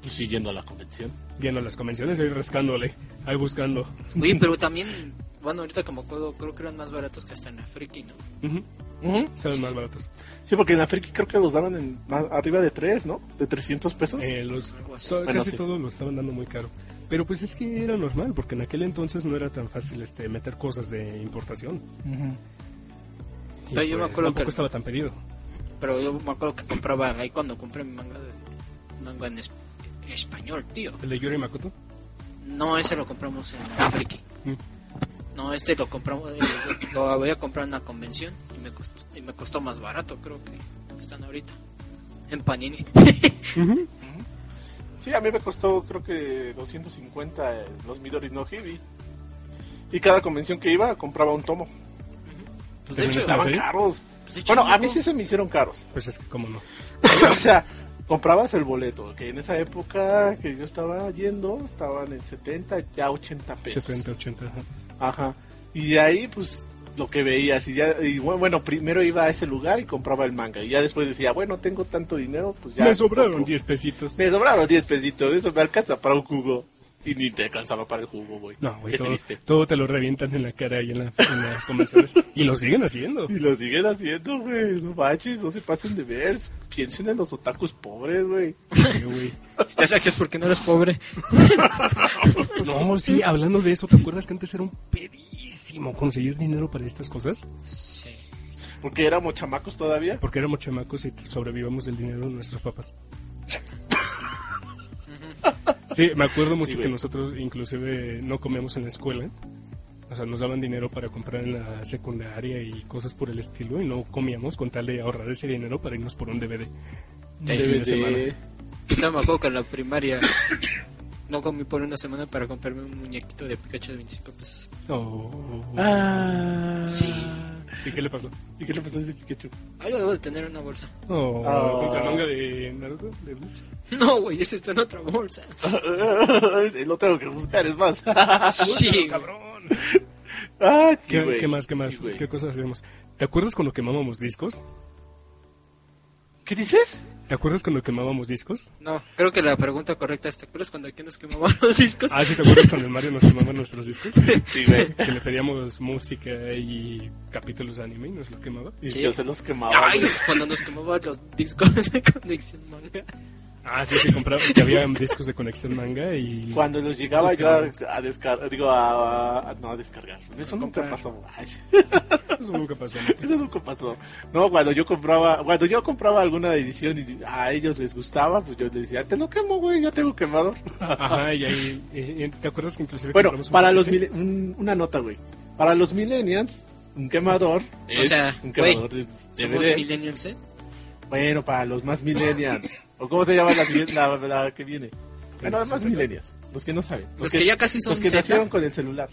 Pues sí, yendo a la convención. Yendo a las convenciones, ahí rascándole, ahí buscando. Oye, pero también, bueno, ahorita como acuerdo, creo que eran más baratos que hasta en la Friki, ¿no? Ujú, Ujú. Estaban más baratos. Sí, porque en la Friki creo que los daban en, más- arriba de 3, ¿no? De 300 pesos. Eh, los, Algo así. so- Bueno, casi sí. todos los estaban dando muy caro. Pero pues es que era normal, porque en aquel entonces no era tan fácil este, meter cosas de importación. Y, Pero yo me pues, acuerdo tampoco que- estaba tan pedido. Pero yo me acuerdo que compraba ahí cuando compré mi manga, de- manga en es- español, tío. El de Yuri Pues, Makoto. No, ese lo compramos en la Friki. Mm. No, este lo compramos, eh, lo voy a comprar en la convención y me costó, y me costó más barato, creo que están ahorita. En Panini. (laughs) Ujú. Sí, a mí me costó creo que 250 eh, los Midori no Hibi. Y cada convención que iba compraba un tomo. Pues de También hecho, estaba- Estaban sí? caros. pues de hecho, Bueno, a mí loco, sí se me hicieron caros. (laughs) Pues es que, ¿cómo no? o sea, comprabas el boleto, que en esa época que yo estaba yendo estaban en 70, ya 80 Pues, pesos. 70, 80. ajá. Ajá. Y de ahí, pues, lo que veías. Y ya, y bu- bueno, primero iba a ese lugar y compraba el manga. Y ya después decía, bueno, tengo tanto dinero, pues ya. me sobraron compro. 10 pesitos. Me sobraron 10 pesitos. Eso me alcanza para un jugo. Y ni te alcanzaba para el jugo, güey. No, güey, Qué todo, triste. todo te lo revientan en la cara y en, la- en las (laughs) convenciones. y lo siguen haciendo. Y lo siguen haciendo, güey. No manches, no se pasen de ver. Piensen en los otakus pobres, güey. (laughs) Sí, güey. Si te saques porque no eres pobre. No, sí, hablando de eso, ¿te acuerdas que antes era un pedísimo conseguir dinero para estas cosas? Sí. Porque éramos chamacos todavía. Porque éramos chamacos y sobrevivamos del dinero de nuestros papás. Sí, me acuerdo mucho Sí, que güey. nosotros inclusive no comíamos en la escuela. O sea, nos daban dinero para comprar en la secundaria y cosas por el estilo y no comíamos con tal de ahorrar ese dinero para irnos por un DVD. Sí. fin de Debes de... semana. Yo también me acuerdo que en la primaria no comí por una semana para comprarme un muñequito de Pikachu de 25 pesos. Oh. Ah. Sí. ¿Y qué le pasó? ¿Y qué le pasó a ese Pikachu? (laughs) Algo debo de tener en una bolsa. (laughs) Oh, Ah. ¿Con la manga de Naruto? ¿De Bleach? No, güey, ese está en otra bolsa. lo tengo que buscar, es más. (laughs) Sí, güey. Ah, ¡Cabrón! Ah, sí, ¿Qué, güey. qué más, qué más? Sí, güey. ¿Qué cosas hacemos? ¿Te acuerdas cuando quemábamos discos? ¿Qué dices? ¿Te acuerdas cuando quemábamos discos? No, creo que la pregunta correcta es: ¿te acuerdas cuando aquí nos quemaban (laughs) los discos? Ah, ¿sí te acuerdas cuando el Mario nos quemaba nuestros discos? Sí, (laughs) güey. Que le pedíamos música y capítulos de anime y nos lo quemaba. Y Sí. yo se los quemaba. Ay, güey. cuando nos quemaban los discos de (laughs) conexión manga. Ah, sí, que compraba, que había discos de conexión manga y... Cuando los llegaba yo Descargamos. a, descargar, digo, a, a- no, a descargar. Eso nunca comprar. pasó. Ay, sí. (laughs) (laughs) Eso nunca pasó. Eso nunca pasó. No, cuando yo compraba, cuando yo compraba alguna edición y a ellos les gustaba, pues yo les decía, te lo quemo, güey, ya (laughs) tengo quemado. Ajá, y ahí... eh, eh, ¿Te acuerdas que inclusive... Bueno, compramos un para los paquete? mile- un- una nota, güey. Para los millennials, un quemador es sea, un quemador de Somos DVD. millennials, ¿eh? Bueno, para los más millennials. ¿O cómo se llama la, siguiente- la, la que viene? Bueno, los más millennials. Los que no saben. Los que ya casi son Los que Z. nacieron con el celular.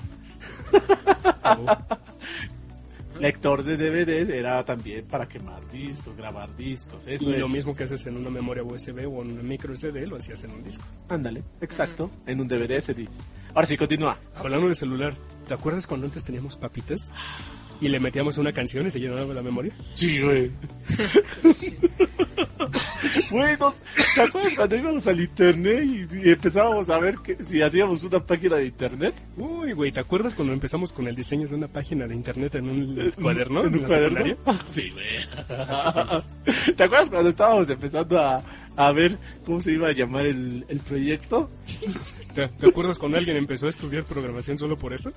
Lector de DVD era también para quemar discos, grabar discos. Eso Y es. lo mismo que haces en una memoria USB o en una micro SD lo hacías en un disco. Ándale, exacto. En un DVD CD. Ahora sí, continúa. Hablando de celular, ¿te acuerdas cuando antes teníamos papitas? Y le metíamos una canción y se llenaba la memoria. Sí, (laughs) güey. Güey, nos- ¿te acuerdas cuando íbamos al internet y, y empezábamos a ver que, si hacíamos una página de internet? Uy, güey, ¿te acuerdas cuando empezamos con el diseño de una página de internet en un cuaderno? ¿En en un la cuaderno? secundaria? (laughs) Sí, güey. (laughs) ¿Te acuerdas cuando estábamos empezando a, a ver cómo se iba a llamar el, el proyecto? ¿Te, te acuerdas cuando alguien empezó a estudiar programación solo por eso?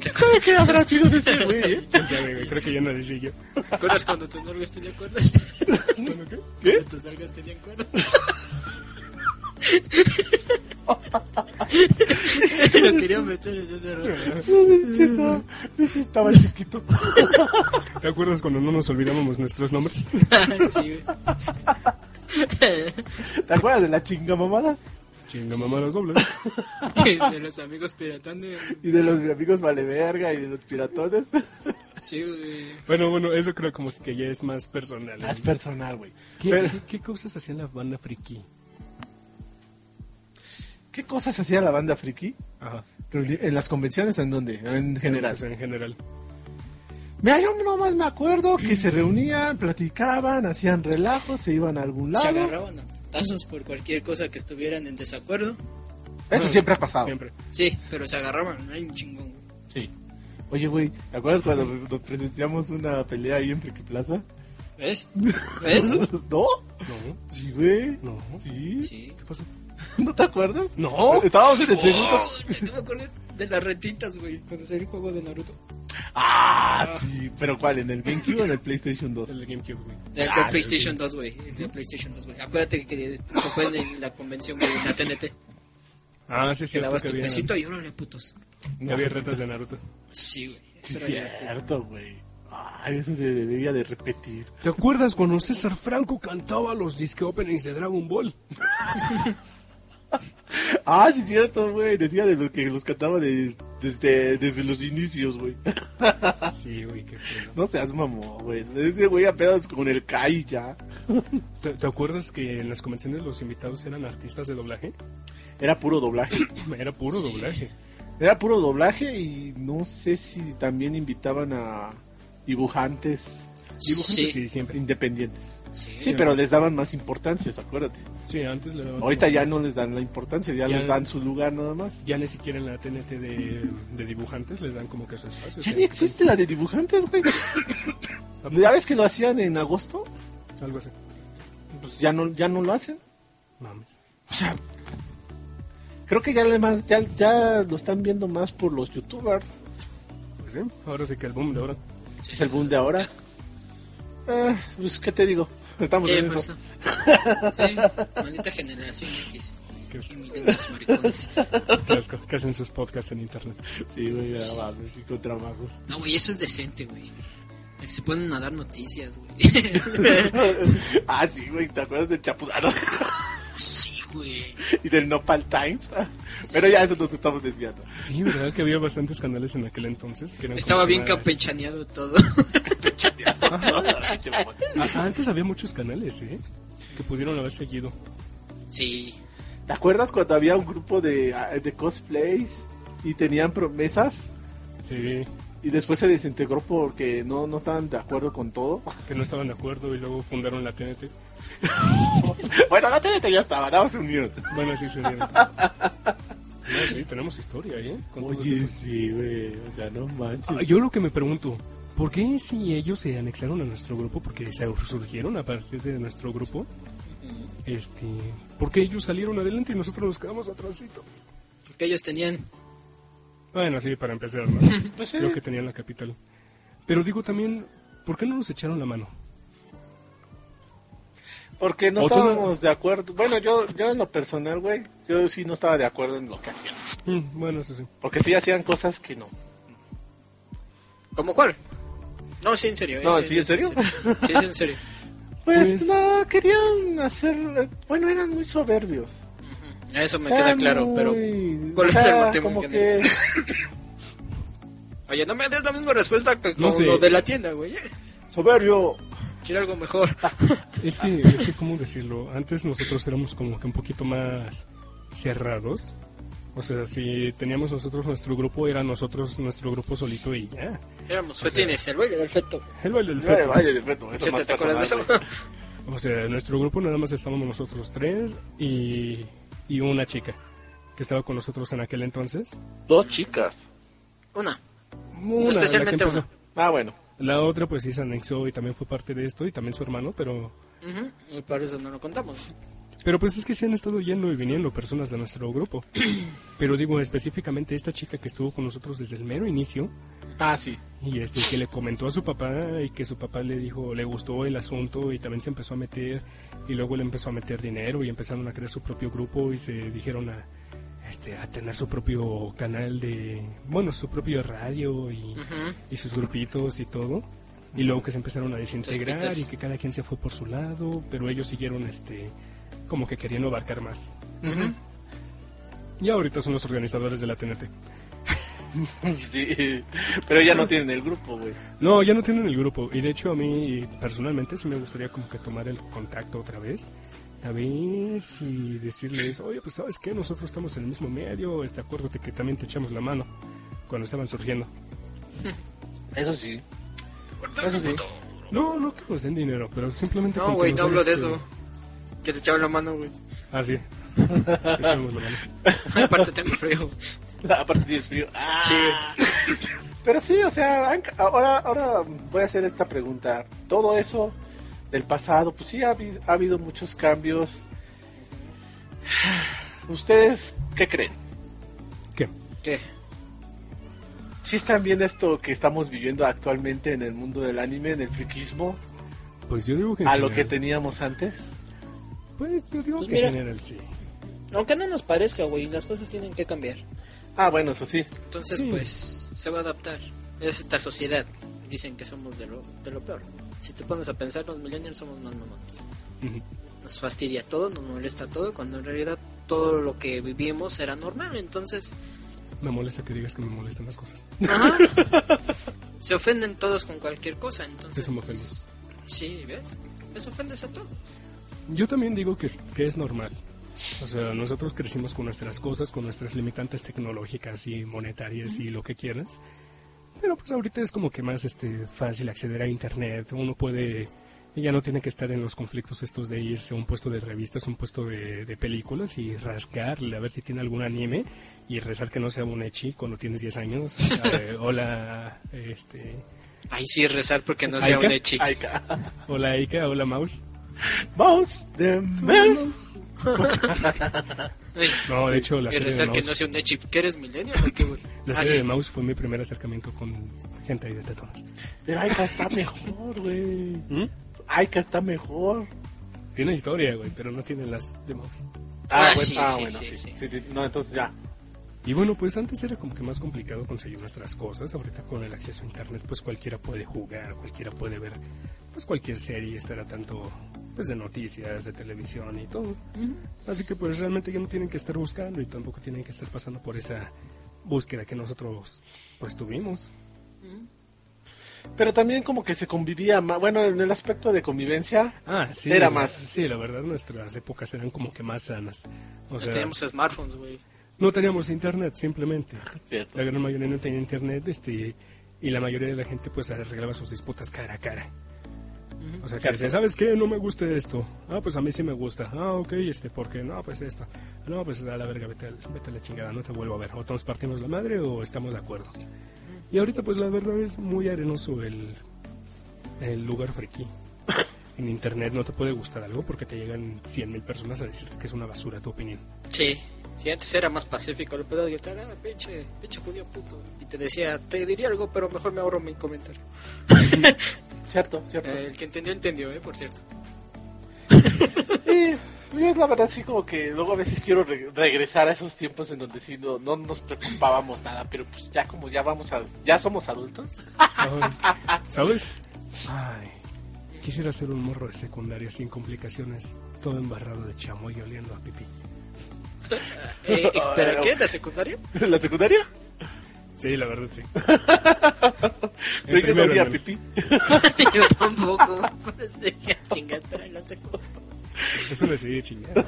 ¿Qué sabe qué habrá sido de ese güey, eh? ¿Quién sabe, güey? Creo que ya nadie siguió. ¿Te acuerdas cuando tus nalgas tenían cuerdas? (laughs) Bueno, ¿qué? ¿Qué? Cuando tus nalgas (laughs) tenían cuerdas. (laughs) Lo quería meter en ese rato. Estaba chiquito. ¿Te acuerdas cuando no nos olvidábamos nuestros nombres? (laughs) Sí, güey. ¿Te acuerdas de la chinga mamada? Chinga mamá las dobles. (laughs) De los amigos piratando. Y de los amigos vale verga y de los piratones. Sí, güey. Bueno, bueno, eso creo como que ya es más personal. Más Ah, personal, güey. Ah, ¿Qué, Pero- qué- qué cosas hacía la banda friki? ¿Qué cosas hacía la banda friki? Ajá. Reuni- ¿En las convenciones o en dónde? En general. Pues en general. Mira, yo nomás me acuerdo que se reunían, platicaban, hacían relajos, se iban a algún Se lado. agarraban a putazos por cualquier cosa que estuvieran en desacuerdo. Eso siempre ha pasado. Siempre. Sí, pero se agarraban, ay, un chingón. Sí. Oye, güey, ¿te acuerdas cuando nos presenciamos una pelea ahí en Frikiplaza? ¿Ves? ¿Ves? (laughs) ¿No? No, Sí, güey. no. ¿Sí? (laughs) Sí. ¿Qué pasó? ¿No te acuerdas? No. Estábamos en el segundo. Yo Oh, me acuerdo de las retitas, güey, cuando salió el juego de Naruto. Ah, sí. ¿Pero cuál? ¿En el GameCube o en el PlayStation 2? El GameCube, güey. Del Ah, del PlayStation 2, güey. Del PlayStation 2, güey. Acuérdate que esto fue en la convención, güey, en la TNT. Ah, sí, sí. Te Que dabas tu había, besito y órale, putos. que había retas de Naruto. Sí, güey. Sí, Eso era divertido. cierto, güey. Ay, eso se debía de repetir. ¿Te acuerdas cuando César Franco cantaba los disque openings de Dragon Ball? Ah, sí, cierto, güey. Decía de lo que los cantaba de- desde, desde los inicios, güey. (laughs) Sí, güey, qué pedo. No seas mamón, güey. Ese güey apenas con el Kai ya. ¿Te, te acuerdas que en las convenciones los invitados eran artistas de doblaje? Era puro doblaje. (coughs) Era puro doblaje. Era puro doblaje y no sé si también invitaban a dibujantes Dibujantes, Sí. sí, siempre. independientes. Sí. Sí, pero les daban más importancia, acuérdate. Sí, antes le daban Ahorita como ya más- no les dan la importancia, ya, Ya- les dan su lugar nada más. Ya ni siquiera en la TNT de, de dibujantes les dan como que su espacio. Ya o sea, ni existe la de dibujantes, güey. ¿Ya ves que lo hacían en agosto? Algo así. Pues ya no, ya no lo hacen. Mames. Creo que ya, le más, ya, ya lo están viendo más por los youtubers. eh, Pues sí, ahora sí que el boom de (laughs) ahora. Es el boom de ahora. Ah, pues, ¿qué te digo? Estamos Sí, en por eso. eso. Sí, maldita generación X. Qué- Qué milenios maricones. Qué asco, que hacen sus podcasts en internet. Sí, güey, ya va, sí, con trabajos. No, güey, eso es decente, güey. Se ponen a dar noticias, güey. (laughs) ah, sí, güey, ¿te acuerdas del Chapudano sí, güey. (laughs) y del Nopal Times? Pero ya eso nos estamos desviando. Sí, ¿verdad? Que había bastantes canales en aquel entonces. Que eran Estaba como bien más- campechaneado todo. (laughs) Ah, Antes había muchos canales, ¿eh? Que pudieron haber seguido. Sí. ¿Te acuerdas cuando había un grupo de, ah, de cosplays y tenían promesas? Sí, Y después se desintegró porque no, no estaban de acuerdo con todo. (laughs) que no estaban de acuerdo y luego fundaron la TNT. bueno, la TNT ya estaba, nada más se unieron. Bueno, así se (laughs) dieron. No, sí, tenemos historia, ¿eh? Con todos Oye, esos- sí, güey, o sea, no Ah, manches. yo lo que me pregunto, ¿por qué si ellos se anexaron a nuestro grupo, porque se surgieron a partir de nuestro grupo, este, ¿por qué ellos salieron adelante y nosotros nos quedamos atrásito? Porque ellos tenían. Bueno, sí, para empezar, ¿no? Pues sí. lo que tenían la capital. Pero digo también, ¿por qué no nos echaron la mano? Porque no O tú no- estábamos de acuerdo. Bueno, yo, yo en lo personal, güey, yo sí no estaba de acuerdo en lo que hacían. Mm, bueno, eso sí. Porque sí hacían cosas que no. ¿Cómo cuál? No, sí, en serio. No, eh, sí, ¿en es serio? Sí, es (laughs) en serio. Pues, Pues- no, querían hacer... Bueno, eran muy soberbios. Ujú, Eso me O sea, queda claro, muy- pero. o ¿Cuál es sea, el motivo como en que... general? Oye, no me des la misma respuesta que No con sé. lo de la tienda, güey. (laughs) Soberbio. Quiero (laughs) algo mejor. Es que, es que, ¿cómo decirlo? Antes nosotros éramos como que un poquito más cerrados. O sea, si teníamos nosotros nuestro grupo, era nosotros nuestro grupo solito y ya. Éramos fetines, el baile del feto. El baile del Vaya, feto. vaya, de feto, eso ¿Te, más ¿Te acuerdas de eso? personal, O sea, en nuestro grupo nada más estábamos nosotros tres y, y una chica que estaba con nosotros en aquel entonces. güey. Dos chicas. (laughs) Una. Una, especialmente la que empezó. Ah, bueno. La otra pues sí se anexó y también fue parte de esto y también su hermano, pero Ujú, Y por eso no lo contamos. pero pues es que se han estado yendo y viniendo personas de nuestro grupo. (clears throat) Pero digo específicamente esta chica que estuvo con nosotros desde el mero inicio Ah, sí. y este que le comentó a su papá y que su papá le dijo, le gustó el asunto y también se empezó a meter y luego le empezó a meter dinero y empezaron a crear su propio grupo y se dijeron a este a tener su propio canal de, bueno, su propio radio y, Ujú. y sus grupitos y todo. Y luego que se empezaron a desintegrar Entonces, y que cada quien se fue por su lado, pero ellos siguieron este como que queriendo abarcar más. Y ahorita son los organizadores de la TNT. (laughs) Sí. Pero ya no tienen el grupo, güey. No, ya no tienen el grupo. Y de hecho a mí personalmente sí me gustaría como que tomar el contacto otra vez. A ver si decirles, oye, pues sabes qué, nosotros estamos en el mismo medio, este, acuérdate que también te echamos la mano cuando estaban surgiendo. Eso sí. Eso sí. (laughs) No, no que nos den dinero, pero simplemente... No, con que güey, nos no den, hablo de este, eso. Que te echaban la mano, güey. Ah, sí. (laughs) Echamos la mano. Aparte tengo frío. Aparte tienes frío. Ah. Sí, Pero sí, o sea, han- ahora, ahora voy a hacer esta pregunta. Todo eso del pasado, pues sí, ha, habi- ha habido muchos cambios. ¿Ustedes qué creen? ¿Qué? ¿Qué? ¿Sí están viendo esto que estamos viviendo actualmente en el mundo del anime, en el friquismo, Pues yo digo que. en a lo que (laughs) general- teníamos antes? Pues yo digo Pues que mira. en general sí. Aunque no nos parezca, güey, las cosas tienen que cambiar. Ah, bueno, eso sí. Entonces, Sí. pues, se va a adaptar. Es esta sociedad. Dicen que somos de lo, de lo peor. Si te pones a pensar, los millennials somos más mamones. Ujú. Nos fastidia todo, nos molesta todo, cuando en realidad todo lo que vivimos era normal. Entonces, Me molesta que digas que me molestan las cosas. ajá, se ofenden todos con cualquier cosa. Entonces, Eso me ofende. sí, ¿ves? Eso ofendes a todos. Yo también digo que es, que es normal. O sea, nosotros crecimos con nuestras cosas, con nuestras limitantes tecnológicas y monetarias y lo que quieras. Pero pues ahorita es como que más este fácil acceder a internet. Uno puede y ya no tiene que estar en los conflictos estos de irse a un puesto de revistas, un puesto de, de películas y rascarle a ver si tiene algún anime y rezar que no sea un echi cuando tienes 10 (laughs) años. Eh, hola, este, Ay, sí, rezar porque no Ay, sea ¿qué? un echi. Ay, ca- hola Aika, hola Mouse. Mouse, the mouse. Ay, No, de hecho la y serie de rezar que Mouse no sea un echi. ¿Que eres millennial o qué, güey? La Ah, serie sí. de Mouse fue mi primer acercamiento con gente ahí de tetonas. Pero Aika está mejor, güey. ¿Mm? Aika está mejor. Tiene historia, güey, pero no tiene las de Mouse. Ah, sí, sí, sí, sí. sí. No, entonces ya. Y bueno, pues antes era como que más complicado conseguir nuestras cosas. Ahorita con el acceso a internet, pues cualquiera puede jugar, cualquiera puede ver, pues cualquier serie, estará tanto pues de noticias, de televisión y todo. Así que pues realmente ya no tienen que estar buscando y tampoco tienen que estar pasando por esa búsqueda que nosotros pues tuvimos. Pero también como que se convivía más, bueno, en el aspecto de convivencia, Ah, sí. Era la- más. Sí, la verdad nuestras épocas eran como que más sanas. O sea, No Pues teníamos smartphones, güey. no teníamos internet simplemente. ¿cierto? La gran mayoría no tenía internet, este, y la mayoría de la gente pues arreglaba sus disputas cara a cara. O sea, que decía, ¿sabes qué? No me gusta esto. Ah, pues a mí sí me gusta. Ah, ok, este, ¿por qué? No, pues esto. No, pues a la verga, vete, al- vete a la chingada, no te vuelvo a ver. O todos partimos la madre o estamos de acuerdo. Y ahorita pues la verdad es muy arenoso el, el lugar friki. En internet no te puede gustar algo porque te llegan 100.000 personas a decirte que es una basura tu opinión. Sí. Si antes era más pacífico, le podías gritar, ah, pinche, pinche judío puto. Y te decía, te diría algo, pero mejor me ahorro mi comentario. Cierto, cierto. Eh, el que entendió, entendió, ¿eh? Por cierto. Y yo la verdad sí como que luego a veces quiero re- regresar a esos tiempos en donde sí no, no nos preocupábamos nada, pero pues ya como ya vamos a, ya somos adultos. Ay, ¿Sabes? Ay, quisiera ser un morro de secundaria sin complicaciones, todo embarrado de chamoy y oliendo a pipí. Eh, (laughs) eh, ¿Pero Ay, qué? ¿La secundaria? ¿La secundaria? Sí, la (laughs) verdad, sí. Pero yo no primero, olía a al menos. pipí. (laughs) Yo tampoco. (laughs) Pues dije, chinga, trae la secundaria. Eso me sigue chingando.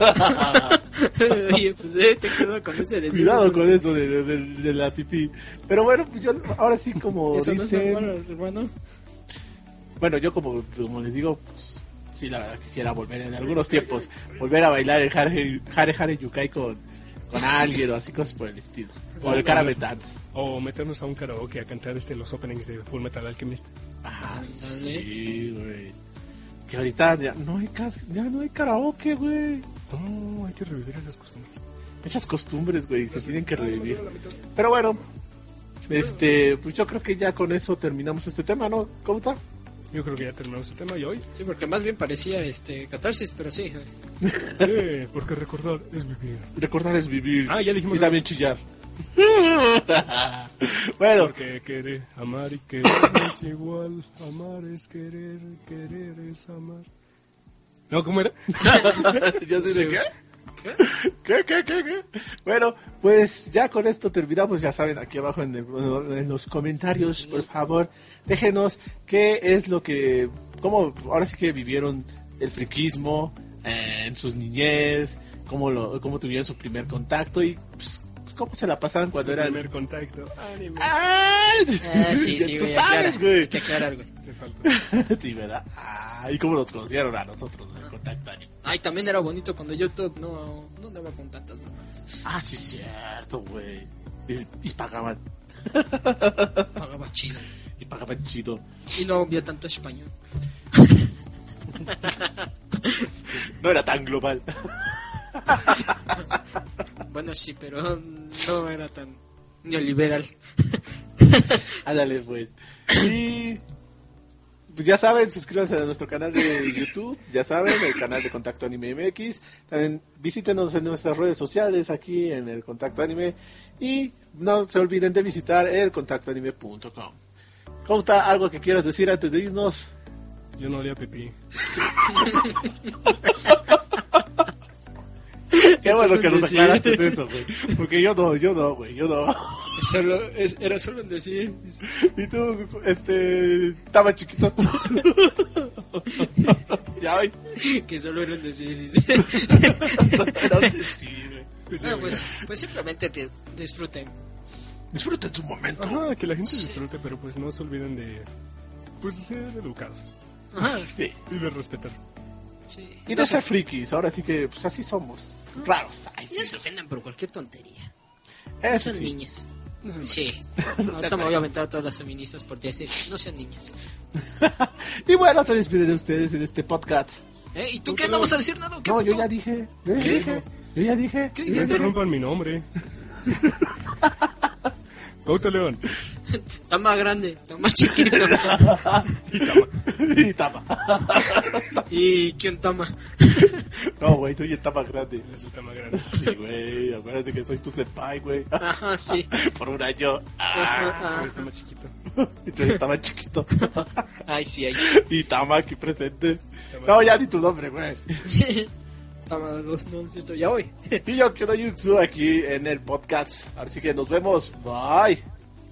(laughs) Oye, pues eh, te quedo con ese decir. Cuidado con eso de, de- de- de la pipí. Pero bueno, pues yo ahora sí como Eso no es dicen, normal, hermano. bueno, yo como, como les digo, pues sí la verdad quisiera volver en algunos tiempos, volver a bailar el Hare Hare, Hare Yukai con, con alguien o así cosas por el estilo. O el Karame Dance. O meternos a un karaoke a cantar este, los openings de Full Metal Alchemist. Ah, Ándale. sí, güey. Que ahorita ya no hay, cas- ya no hay karaoke, güey. No, hay que revivir esas costumbres. Esas costumbres, güey, se tienen que revivir. Pero bueno, este, pues yo creo que ya con eso terminamos este tema, ¿no? ¿Cómo está? Yo creo que ya terminamos el tema y hoy. Sí, porque más bien parecía este catarsis, pero sí. eh. Sí, (laughs) porque recordar es vivir. Recordar es vivir. Ah, ya dijimos Y también chillar. (laughs) bueno, Porque querer, amar y (laughs) querer es igual. Amar es querer, querer es amar. ¿No? ¿Cómo era? (laughs) yo sé Sí. de qué. ¿Qué, qué, qué, qué? Bueno, pues ya con esto terminamos. Ya saben, aquí abajo en, el- en los comentarios, por favor, déjenos qué es lo que, cómo ahora sí que vivieron el friquismo eh, en sus niñez, cómo, lo, cómo tuvieron su primer contacto y pues, cómo se la pasaban cuando el eran. primer contacto. Anime. ¡Ay! (laughs) Ah, sí, sí, Tú güey, sabes, aclara, güey. Hay que aclarar, güey. Te faltó. (laughs) Sí, ¿verdad? Ah, ¿y cómo nos conocieron a nosotros en contacto anime? Ay, también era bonito cuando YouTube no, no daba con tantas mamadas. Ah, sí, cierto, güey. Y, y pagaban, Pagaba chido. y pagaban chido. Y no había tanto español. No era tan global. Bueno, sí, pero no era tan neoliberal. (laughs) Ándale, pues. Y pues, ya saben, suscríbanse a nuestro canal de YouTube, ya saben, el canal de Contacto Anime MX. También visítenos en nuestras redes sociales aquí en el Contacto Anime y no se olviden de visitar el contactoanime.com. ¿Cómo está algo que quieras decir antes de (laughs) irnos? Yo no olía pipí. Qué bueno que nos decir. aclaraste eso, güey. Porque yo no, yo no, güey, yo no. (laughs) Solo, es- era solo en decir. Y tú, este, estaba chiquito. (laughs) ya, güey. Que solo era (laughs) en decir. No (laughs) sé si, güey. Ah, pues, pues simplemente te- disfruten. Disfruten su momento. Ajá, que la gente disfrute, pero pues no se olviden de. Pues de ser educados Ajá, Sí. y de respetar. sí. Y no ser frikis, ahora sí que pues así somos. Ah. Raros. Ay, No sí. se ofendan por cualquier tontería. No Eso sean sí. niñas. No se Sí. Ahorita me voy a aventar a todas las feministas por decir, no sean niñas. (laughs) Y bueno, se despide de ustedes en este podcast. ¿Eh? ¿Y tú qué? ¿No vas a decir nada? o ¿Qué No, yo puto? ya dije. Yo ya ¿Qué? dije. Yo ya dije. ¿Qué Y no dijiste? interrumpan mi (laughs) nombre. Couto León. Está más grande, está más chiquito. (laughs) Y Tama. (laughs) Y tapa. (laughs) ¿Y quién tama? No, güey, tú ya está más grande. Es el Tama grande. Sí, güey. Acuérdate que soy tu senpai, güey. (laughs) (laughs) Ajá, sí. Por un año. (laughs) Ah. Ajá, Pero ajá. está más chiquito. Y yo estaba chiquito. (laughs) Ay, sí, ay. Y Tama aquí presente. No, ya di tu nombre, güey. (laughs) sí. Tama dos, no, no es cierto, ya voy. Y yo quiero Jutsu aquí en el podcast. Así que nos vemos. Bye.